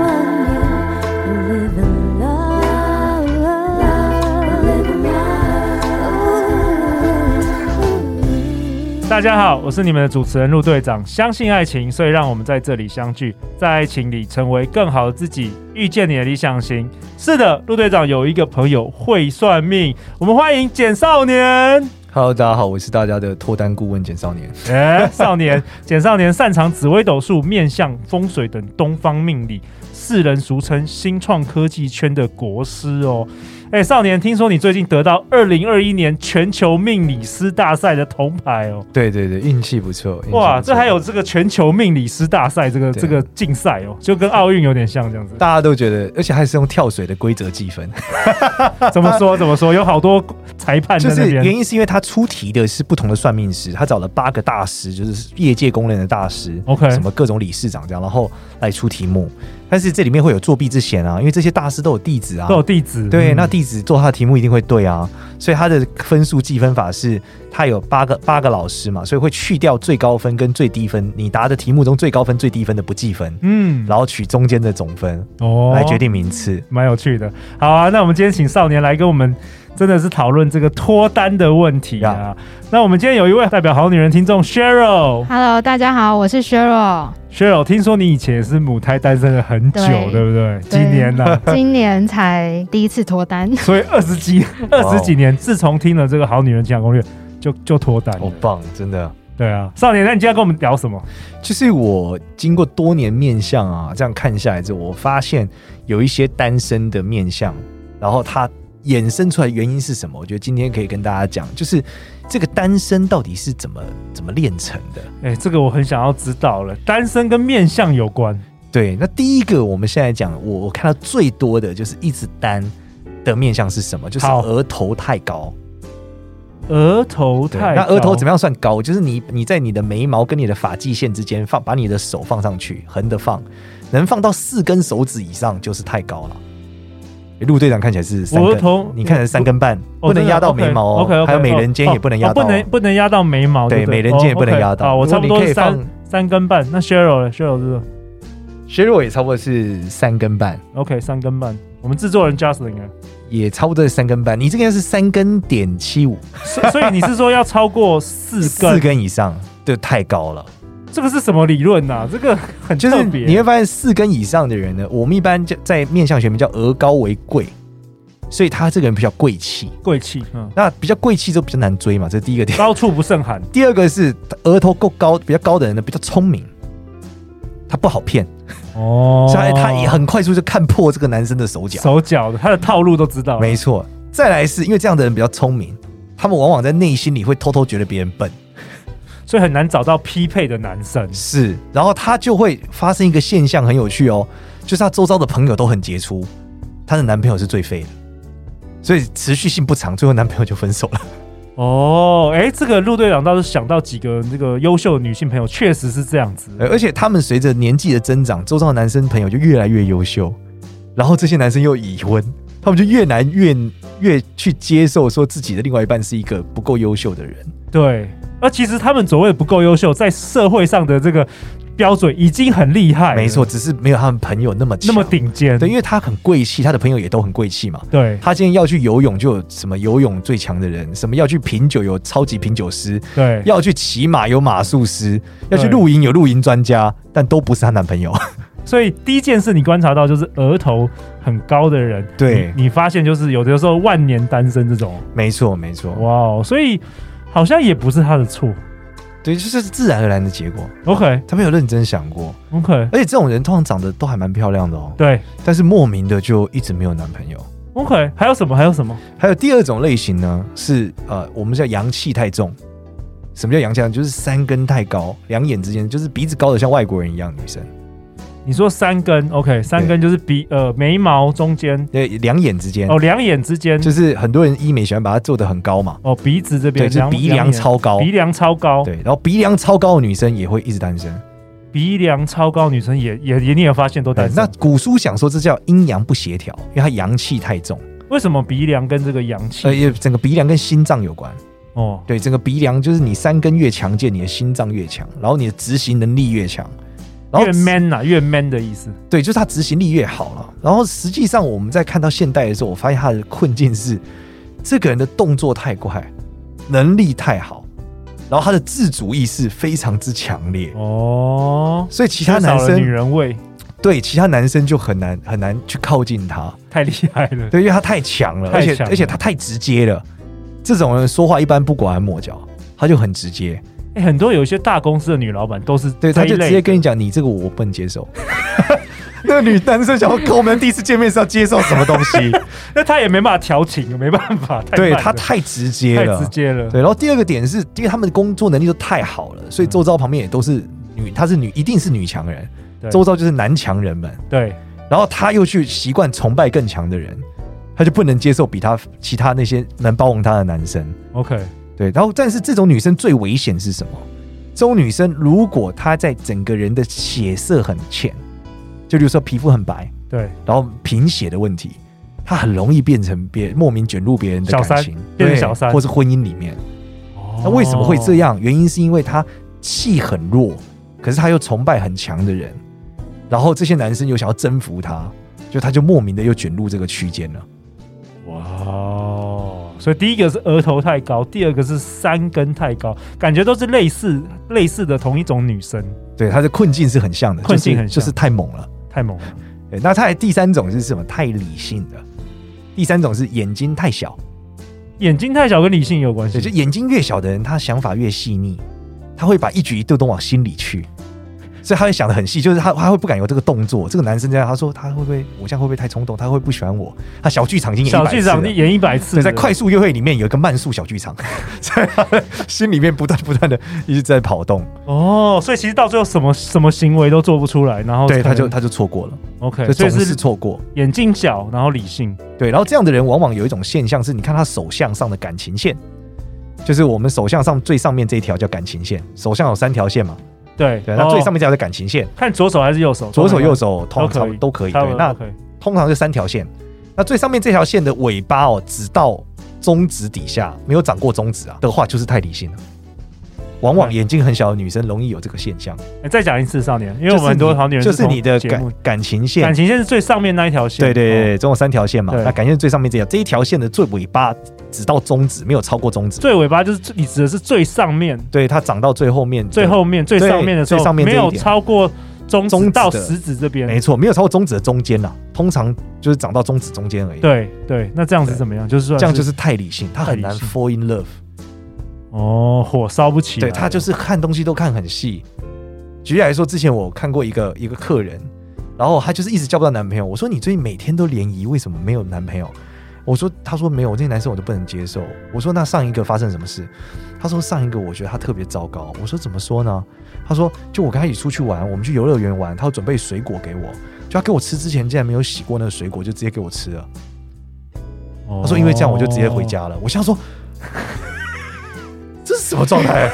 love you, live in love, live in love. 大家好，我是你们的主持人陆队长。相信爱情，所以让我们在这里相聚，在爱情里成为更好的自己，遇见你的理想型。是的，陆队长有一个朋友会算命，我们欢迎简少年。 Hello，大家好，我是大家的脱单顾问简少年。哎、少年，简少年擅长紫微斗数、面相、风水等东方命理，世人俗称新创科技圈的国师哦。哎、少年，听说你最近得到二零二一年全球命理师大赛的铜牌哦。对对对，运气不错。运气哇，不错这还有这个全球命理师大赛这个对啊这个竞赛哦，就跟奥运有点像这样子。大家都觉得，而且还是用跳水的规则计 分，怎么说怎么说，有好多裁判在就那是原边。因是因为他出题的是不同的算命师，他找了八个大师，就是业界公认的大师 OK 什么各种理事长这样，然后来出题目。但是这里面会有作弊之嫌啊，因为这些大师都有弟子啊，都有弟子，对，嗯那弟子做他的题目一定会对啊，所以他的分数计分法是，他有八个八个老师嘛，所以会去掉最高分跟最低分，你答的题目中最高分最低分的不计分，嗯然后取中间的总分哦来决，定名次。蛮有趣的。好啊，那我们今天请少年来跟我们真的是讨论这个脱单的问题啊。那我们今天有一位代表好女人听众 Cheryl，Cheryl， Hello，大家好，我是 Cheryl，听说你以前也是母胎单身了很久，对对不对？今年 呢、今年才第一次脱单，所以二十几二十哦几年，自从听了这个好女人情感攻略，就就脱单了。好棒，真的，对啊，少年，那你今天要跟我们聊什么？就是我经过多年面相啊，这样看下来之后，我发现有一些单身的面相，然后它衍生出来原因是什么？我觉得今天可以跟大家讲，就是这个单身到底是怎么怎么练成的。哎、这个我很想要知道了。单身跟面相有关，对，那第一个我们现在讲，我我看到最多的就是一直单的面相是什么？就是好额头太高。额头对，太那额头怎么么样算高？就是你你在你的眉毛跟你的发际线之间放，把你的手放上去，横的放，能放到四根手指以上就是太高了。诶陆队长看起来是三我额根，头你看起来是三根半，哦不能压到真的眉毛、 ？OK，, o k 还有美人尖也不能压到、哦哦不能不能压到眉毛。对不美人尖也不能压到哦，OK，好我如差不果你多可以是三放三根半。那 Cheryl 呢？Cheryl 是削弱也差不多是三根半， OK，三根半。我们制作人 Justin 啊，也差不多是三根半。你这个应该是三根点七五，所 所以你是说要超过四根？四根以上就太高了。这个是什么理论呐、这个很就特是别。你会发现四根以上的人呢，我们一般就在面相学里面叫额高为贵，所以他这个人比较贵气。贵气，嗯，那比较贵气就比较难追嘛，这是第一个点。 高处不胜寒。第二个是额头够高，比较高的人呢比较聪明，他不好骗，哦所以他也很快速就看破这个男生的手脚。手脚的，他的套路都知道了。没错，再来是因为这样的人比较聪明，他们往往在内心里会偷偷觉得别人笨，所以很难找到匹配的男生。是，然后他就会发生一个现象，很有趣哦，就是他周遭的朋友都很杰出，她的男朋友是最废的，所以持续性不长，最后男朋友就分手了。哦，哎，这个陆队长倒是想到几个这个优秀的女性朋友，确实是这样子。呃而且他们随着年纪的增长，周遭的男生朋友就越来越优秀，然后这些男生又已婚，他们就越难越越去接受说自己的另外一半是一个不够优秀的人。对，而其实他们所谓不够优秀，在社会上的这个标准已经很厉害，没错，，只是没有他们朋友哎那么嗯那强么。顶尖。对，因为他很贵气，他的朋友也都很贵气嘛。对他今天要去游泳，就有什么游泳最强的人，什么要去品酒有超级品酒师，对，要去骑马有马术师，要去对露营有露营专家，但都不是她男朋友。所以第一件事你观察到就是额头很高的人，对你你发现就是有的时候万年单身这种， 没错，没错，哇哦，所以好像也不是他的错。对，就是自然而然的结果。 OK 他没有认真想过， OK，而且这种人通常长得都还蛮漂亮的哦，对但是莫名的就一直没有男朋友。 OK，还有什么？还有什么？还有第二种类型呢，是呃，我们叫阳气太重。什么叫阳气太重？就是三根太高，两眼之间就是鼻子高的像外国人一样，女生你说三根，OK，三对根就是鼻呃眉毛中间对两眼之间，哦，两眼之间就是很多人医美喜欢把它做得很高嘛，哦，鼻子这边对，就是鼻两梁眼超高，鼻梁超高，对，然后鼻梁超高的女生也会一直单身，鼻梁超高女生也也也你也发现都单对，身。那古书想说这叫阴阳不协调，因为它阳气太重，为什么鼻梁跟这个阳气？呃，也整个鼻梁跟心脏有关。哦，对，整个鼻梁就是你三根越强健，你的心脏越强，然后你的执行能力越强，然后越 man 呐、越 man 的意思。对，就是它执行力越好了。然后实际上我们在看到现代的时候，我发现他的困境是这个人的动作太快，能力太好，然后他的自主意识非常之强烈，哦，所以其他少男了女生人味，对其他男生就很难很难去靠近他，太厉害了。对，因为他太强了，太而且强了而且他太直接了。这种人说话一般不拐弯抹角，他就很直接，哎、很多有一些大公司的女老板都是对，他这就一类直接跟你讲，你这个我不能接受。 那个女男生想要跟我们第一次见面是要接受什么东 西？那他也没办法调情，没办法，太对慢他了太直接太了，直接了。对，然后第二个点是，因为他们的工作能力都太好了，所以周遭旁边也都是女，她是女，一定是女强人对，周遭就是男强人们。对，然后他又去习惯崇拜更强的人，他就不能接受比他其他那些能包容他的男生。 OK，对，然后但是这种女生最危险是什么？这种女生如果她在整个人的血色很浅，就比如说皮肤很白，对，然后贫血的问题，她很容易变成别莫名卷入别人的小感三情，变成对小三或是婚姻里面。那那为什么哦会这？样？原因是因为他气很弱，可是他又崇拜很强的人，然后这些男生又想要征服他，就他就莫名的又卷入这个区间了。哇哦！所以第一个是额头太高，第二个是三根太高，感觉都是类似类似的同一种女生，对，他的困境是很像的，困境很就是、就是像太猛了。太猛了。对，那他的第三种是什么？太理性的。第三种是眼睛太小，眼睛太小跟理性有关系对，就，眼睛越小的人，他想法越细腻，他会把一举一动都往心里去，所以他会想的很细，就是他他会不敢有这个动作。这个男生这样，他说他会不会，我这样会不会太冲动？他会不会不喜欢我？他小剧场已经演小100剧次场了演一百次对，的，在快速约会里面有一个慢速小剧场，在他的心里面不断不断的一直在跑动，哦，所以其实到最后什么什么行为都做不出来，然后对，可他能就他就错过了， OK，就所以总是是错过。眼睛小，然后理性，对，然后这样的人往往有一种现象是，你看他手相上的感情线，就是我们手相上最上面这一条叫感情线，手相有三条线嘛，对对，那最上面面这条叫感情线，看左手还是右手，左手右手手通可常以都可以，差不对，多那 OK 通常就三条线，那最上面这条线的尾巴哦，只到中指底下没有长过中指啊的话，就是太理性了。往往对眼睛很小的女生容易有这个现象。哎再讲一次少年，因为就我是们很多你好女人就是从你的节目感感情线，感情线是最上面那一条线，对对对，哦对总有三条线嘛。对那感情线最上面这条，这一条线的最尾巴直到中指，没有超过中指。最尾巴就是你指的是最上面、对，它长到最后面，最后面、最上面的时最候，上面这没一有点超过中中指指到的食指这没边，错，没有超过中指的中间啦。通常就是长到中指中间而已。，对对，那这样子对怎么样？就是说这样就是太理性，他很难太理性 fall in love。哦，火烧不起来对了，他就是看东西都看很细。举例来说，之前我看过一个一个客人，然后他就是一直交不到男朋友。我说你最近每天都联谊，为什么没有男朋友？我说，他说没有，我这些男生我都不能接受。我说那上一个发生什么事？他说上一个我觉得他特别糟糕。我说怎么说呢？他说就我跟他一起出去玩，我们去游乐园玩，他有准备水果给我，就他给我吃之前竟然没有洗过那个水果，就直接给我吃了。哦他说因为这样我就直接回。家了。我想说， 这是什么状态？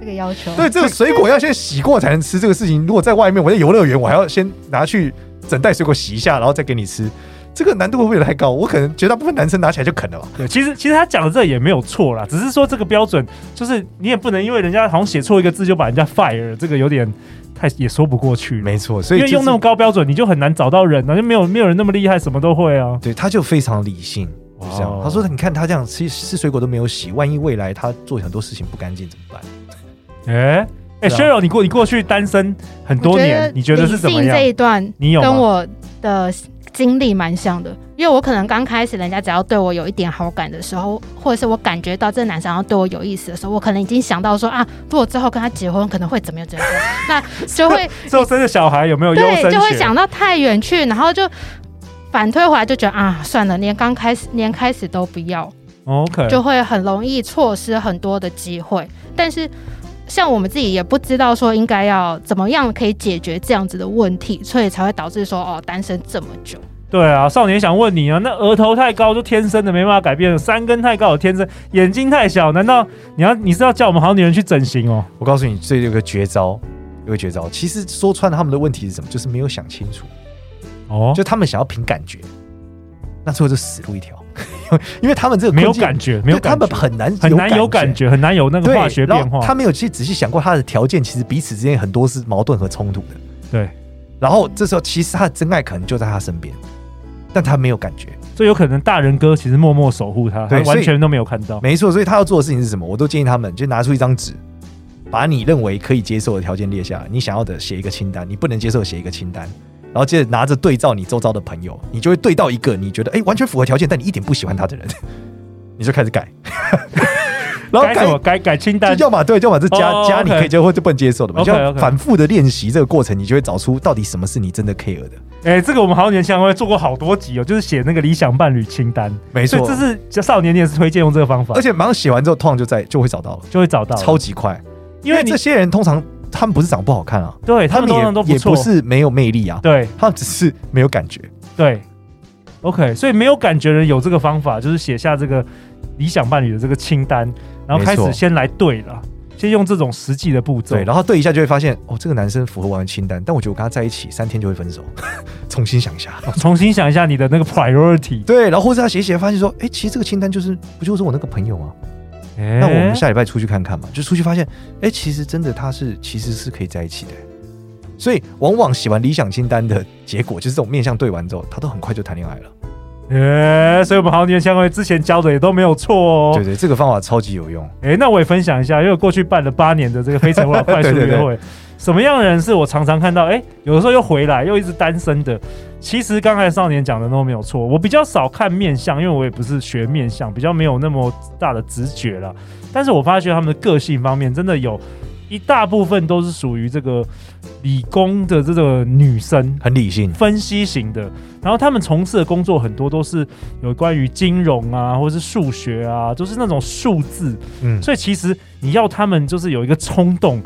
这个要求，哦对，这个水果要先洗过才能吃。这个事情，如果在外面，我在游乐园，我还要先拿去整袋水果洗一下，然后再给你吃，这个难度会不会太高？我可能绝大部分男生拿起来就啃了吧。对，其实其实他讲的这也没有错啦，只是说这个标准就是你也不能因为人家好像写错一个字就把人家 fire，这个有点太也说不过去了。没错，所以、因就为是、用那么高标准，你就很难找到人了、就没有没有人那么厉害，什么都会啊。对，他就非常理性，就这哇哦样。他说：“你看他这样吃吃水果都没有洗，万一未来他做很多事情不干净怎么办哎、哎、s 是啊 h e r y l 你过你过去单身很多年，你觉得是怎么理性这样？一段你有吗跟我的经历蛮像的，因为我可能刚开始人家只要对我有一点好感的时候，或者是我感觉到这男生要对我有意思的时候，我可能已经想到说啊，如果之后跟他结婚可能会怎么样怎么样，哦那就 会之后生的小孩有没有优对，生就会学想到太远去，然后就反推回来就觉得啊，算了，连刚开始连开始都不要， ？OK，就会很容易错失很多的机会。但是像我们自己也不知道说应该要怎么样可以解决这样子的问题，所以才会导致说哦单身这么久。对啊。少年想问你啊，那额头太高就天生的，没办法改变了；三根太高有天生，眼睛太小，难道你要你是要叫我们好女人去整形哦？？”我告诉你，这有个绝招，就会觉得糟。其实说穿了，他们的问题是什么？就是没有想清楚，哦，就他们想要凭感觉，那最后就死路一条， 因为他们这个没有空间感觉，没对有他感们觉，很难很难有感觉。觉，很难有那个对，化学变然化后。他没有去仔细想过他的条件，其实彼此之间很多是矛盾和冲突的。对，嗯然后这时候其实他的真爱可能就在他身边，但他没有感觉。所以有可能大人哥其实默默守护他，他对所以完全都没有看到。没错，所以他要做的事情是什么？我都建议他们就拿出一张纸，把你认为可以接受的条件列下来，你想要的写一个清单，你不能接受的写一个清单，然后接着拿着对照你周遭的朋友，你就会对到一个你觉得哎、完全符合条件，但你一点不喜欢他的人，你就开始改， 然后改改什么？改改清单就。要么对，要么是加、哦加你 OK 可以接受或就不能接受的嘛。 OK，就要 OK 反复的练习这个过程，你就会找出到底什么是你真的 care 的。哎，这个我们好几年前会做过好多集哦，就是写那个理想伴侣清单。没所以这是少年，你也是推荐用这个方法而，且马上写完之后，通常就在就会找到了，就会找到了。超级快。因为你这些人通常他们不是长得不好看啊，对他们通常都也不也错不，是没有魅力啊，对他们只是没有感觉。对。OK，所以没有感觉的人有这个方法，就是写下这个理想伴侣的这个清单，然后开没始错先来对了，先用这种实际的步骤。对，然后对一下就会发现，哦，这个男生符合完清单，但我觉得我跟他在一起三天就会分手， 重新想一下。哦重新想一下你的那 个 priority。对，然后或者他写一写，发现说，哎，其实这个清单就是不就是我那个朋友吗？那那我哎们下礼拜出去看看嘛，就出去发现，哎、其实真的他是其实是可以在一起的、所以往往写完理想清单的结果，就是这种面相对完之后，他都很快就谈恋爱了。诶、哎所以我们好女人相会之前教的也都没有错哦。对对，这个方法超级有用。诶、那我也分享一下，因为我过去办了八年的这个非诚勿 扰快速约会，对对什么样的人是我常常看到？诶、有的时候又回来，又一直单身的。其实刚才少年讲的都没有错，我比较少看面相，因为我也不是学面相，比较没有那么大的直觉啦。但是我发觉他们的个性方面，真的有一大部分都是属于这个理工的这个女生，很理性，分析型的，然后他们从事的工作很多都是有关于金融啊，或者是数学啊，就是那种数字，嗯，所以其实你要他们就是有一个冲动，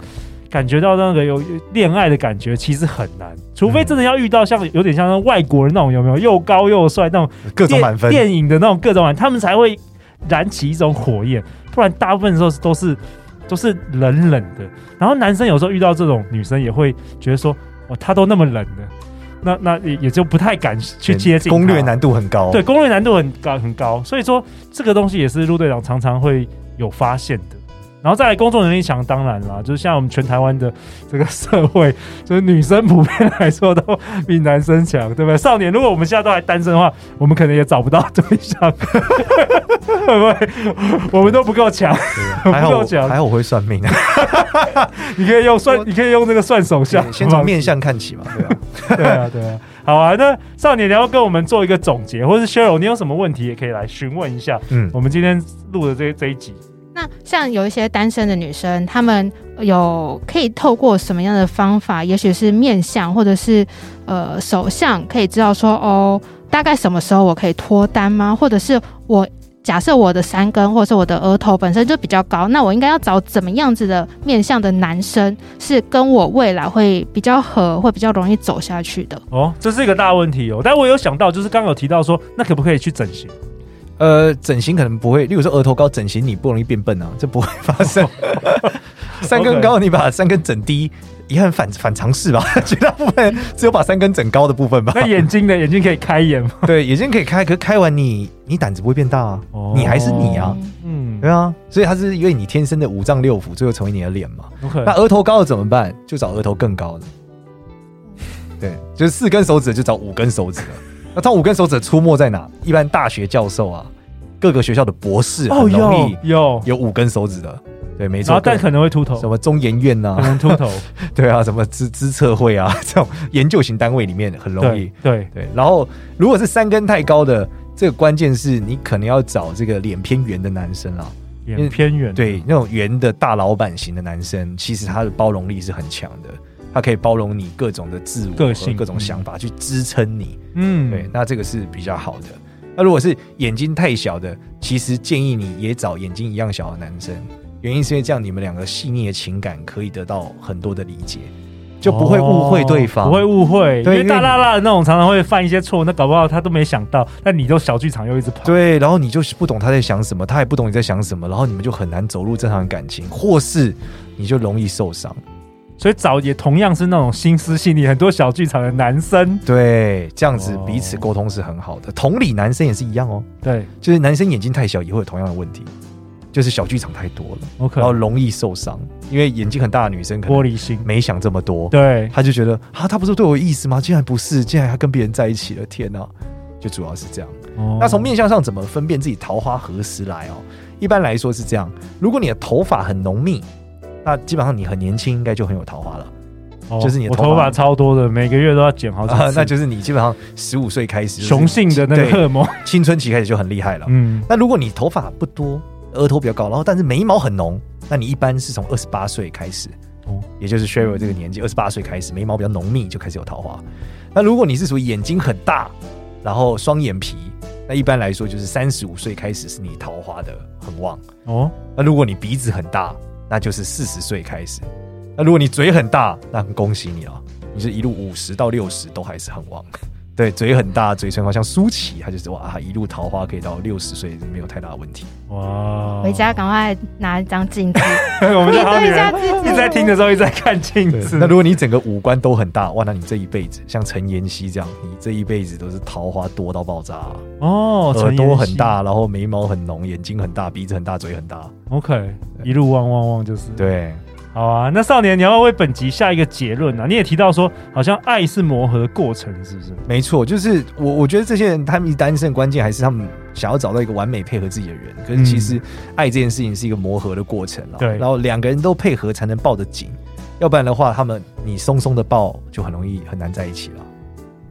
感觉到那个有有恋爱的感觉，其实很嗯难，除非真的要遇到像有点像那外国人那种有没有又高又帅那种各种电满分。电影的那种各种满，他们才会燃起一种火焰，不然大部分的时候都是都是冷冷的。然后男生有时候遇到这种女生，也会觉得说，哦，她都那么冷的，那那也也就不太敢去接近她。嗯攻略难度很高。对，攻略难度很高很高，所以说这个东西也是陆队长常常会有发现的。然后再来工作能力强，当然啦，就是像我们全台湾的这个社会，就是女生普遍来说都比男生强，对不对？少年，如果我们现在都还单身的话，我们可能也找不到对象，会不会？我们都不够强，对，还好不够我讲还好我会算命，啊 你可以用算，你可以用那个算手 相，先从面相看起嘛，对吧？对啊，对啊，好啊。那少年，你要跟我们做一个总结，或是 Cheryl，你有什么问题也可以来询问一下。 嗯，我们今天录的这这一集，那像有一些单身的女生，她们有可以透过什么样的方法，也许是面相或者是呃手相，可以知道说哦，大概什么时候我可以脱单吗？或者是我假设我的三根或者是我的额头本身就比较高，那我应该要找怎么样子的面相的男生，是跟我未来会比较合，会比较容易走下去的？哦，这是一个大问题哦。但我有想到，就是刚刚有提到说，那可不可以去整 形？呃，整形可能不会，例如说额头高，整形你不容易变笨啊，这不会发 生。三根高，你把三根整低，也很反反常识吧？ 绝大部分只有把三根整高的部分吧。那眼睛呢？眼睛可以开眼吗？ 对，眼睛可以开，可是开完你，你胆子不会变大啊，哦你还是你啊，嗯对啊，所以它是因为你天生的五脏六腑，最后成为你的脸嘛。 ，OK，那额头高的怎么办？就找额头更高的，对，就是四根手指就找五根手指了。 那它五根手指出没在哪？一般大学教授啊，各个学校的博士很容易有有，有五根手指的，对，没然后错。哦啊但可能会秃头什，么中研院呐、啊可能秃头，对啊，什么资资策会啊， 这种研究型单位里面很 容易对。对，对，然后如果是三根太高的，这个关键是你可能要找这个脸偏圆的男生啊，眼偏远，对，那种圆的大老板型的男生，其实他的包容力是很强的，他可以包容你各种的自我、个性各种想法去支撑你。嗯，对，那这个是比较好的。那如果是眼睛太小的，其实建议你也找眼睛一样小的男生，原因是因为这样你们两个细腻的情感可以得到很多的理解，就不会误会对方。哦不会误会，因对为因为大辣辣的那种常常会犯一些错，那搞不好他都没想到，但你都小剧场又一直跑，对，然后你就是不懂他在想什么，他也不懂你在想什么，然后你们就很难走入正常的感情，或是你就容易受伤。所以找也同样是那种心思细腻、很多小剧场的男生。对，这样子彼此沟通是很好的。同理，男生也是一样哦，对就是男生眼睛太小也会有同样的问题，就是小剧场太多了， ，OK，然后容易受伤，因为眼睛很大的女生可玻能璃心。没想这么多，对，她就觉得啊，他不是对我有意思吗？竟然不是，竟然他跟别人在一起了，天哪、就主要是这样。那那从面相上怎么分辨自己桃花何时来哦？一般来说是这样，如果你的头发很浓密，那基本上你很年轻，应该就很有桃花了。就是你的哦我头发头发超多的，每个月都要剪好几次， 啊，那就是你基本上十五岁开始，就是雄性的那个荷对尔蒙。青春期开始就很厉害了。 嗯，那如果你头发不多，额头比较高，然后但是眉毛很浓，那你一般是从二十八岁开始，哦也就是 Sheryl 这个年纪，二十八岁开始，眉毛比较浓密就开始有桃花。那如果你是属于眼睛很大，然后双眼皮，那一般来说就是三十五岁开始是你桃花的很旺。哦，那如果你鼻子很大，那就是四十岁开始。那如果你嘴很大，那很恭喜你了，你是一路五十到六十都还是很旺。 对，嘴很大，嘴唇好像舒淇，她就是哇，一路桃花可以到六十岁，没有太大的问题。哇，回家赶快拿一张镜子， 我们比家好女对一下人自一直己。在听的时候一直在看镜对子。那如果你整个五官都很大，哇，那你这一辈子像陈妍希这样，你这一辈子都是桃花多到爆炸、哦，耳朵陈妍希很大，然后眉毛很浓，眼睛很大，鼻子很大，嘴很大。 ，OK，一路汪汪汪就是。对，好啊，那少年，你要不要为本集下一个结论啊？你也提到说，好像爱是磨合的过程，是不是？没错，就是我，我觉得这些人他们单身的关键还是他们想要找到一个完美配合自己的人。可是其实爱这件事情是一个磨合的过程嗯啊，对然后两个人都配合才能抱得紧，要不然的话，他们你松松的抱就很容易很难在一起了。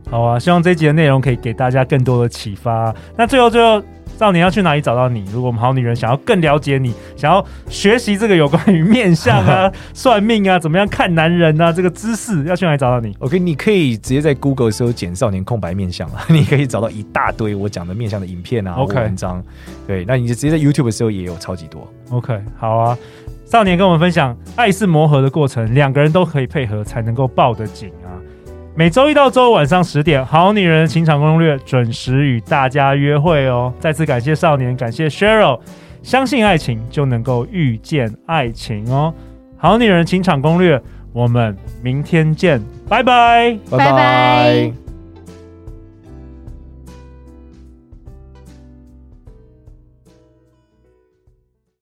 好啊，希望这一集的内容可以给大家更多的启发啊、那最后最后，少年要去哪里找到你？如果我们好女人想要更了解你，想要学习这个有关于面相啊、 算命啊、怎么样看男人啊这个知识，要去哪里找到你？ OK，你可以直接在 Google 搜“简少年空白面相”啊， 你可以找到一大堆我讲的面相的影片啊、或 OK 文章。对，那你就直接在 YouTube 的时候也有超级多。 OK，好啊。少年跟我们分享，爱是磨合的过程，两个人都可以配合才能够抱得紧啊。每周一到周五晚上十点，《好女人的情场攻略》准时与大家约会哦。再次感谢少年，感谢 Cheryl，相信爱情就能够遇见爱情哦。《好女人的情场攻略》，我们明天见，拜拜。拜拜